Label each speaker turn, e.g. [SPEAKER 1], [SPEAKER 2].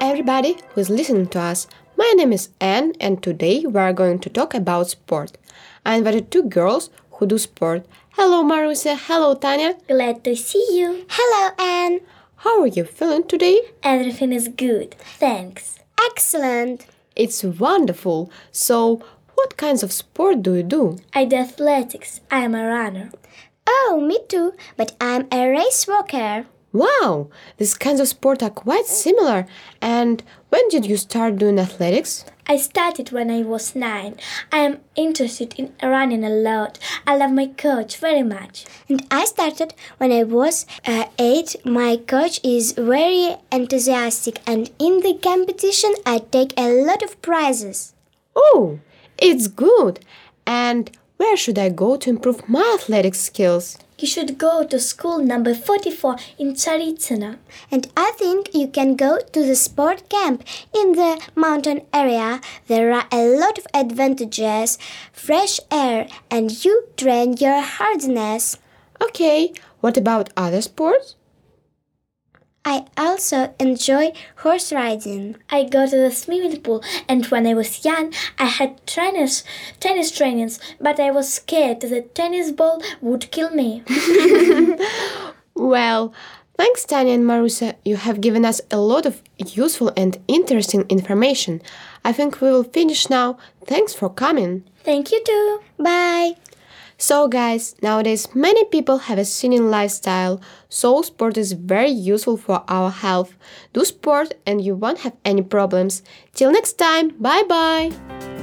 [SPEAKER 1] everybody who's listening to us. My name is Anne, and today we are going to talk about sport. I invited two girls who do sport. Hello, Marusia. Hello, Tanya.
[SPEAKER 2] Glad to see you.
[SPEAKER 3] Hello, Anne.
[SPEAKER 1] How are you feeling today?
[SPEAKER 2] Everything is good. Thanks.
[SPEAKER 3] Excellent.
[SPEAKER 1] It's wonderful. So, what kinds of sport do you do?
[SPEAKER 2] I do athletics. I am a runner.
[SPEAKER 3] Oh, me too, but I'm a race walker.
[SPEAKER 1] Wow, these kinds of sport are quite similar. And when did you start doing athletics?
[SPEAKER 2] I started when I was nine. I am interested in running a lot. I love my coach very much.
[SPEAKER 3] And I started when I was uh, eight. My coach is very enthusiastic, and in the competition, I take a lot of prizes.
[SPEAKER 1] Oh, it's good. And where should I go to improve my athletic skills?
[SPEAKER 2] You should go to school number 44 in Tsaritsina.
[SPEAKER 3] And I think you can go to the sport camp in the mountain area. There are a lot of advantages, fresh air, and you train your hardness.
[SPEAKER 1] Okay, what about other sports?
[SPEAKER 3] I also enjoy horse riding.
[SPEAKER 2] I go to the swimming pool, and when I was young, I had tennis, tennis trainings, but I was scared the tennis ball would kill me.
[SPEAKER 1] Well, thanks, Tanya and Marusa. You have given us a lot of useful and interesting information. I think we will finish now. Thanks for coming.
[SPEAKER 2] Thank you too.
[SPEAKER 3] Bye.
[SPEAKER 1] So, guys, nowadays many people have a singing lifestyle, so sport is very useful for our health. Do sport and you won't have any problems. Till next time, bye bye!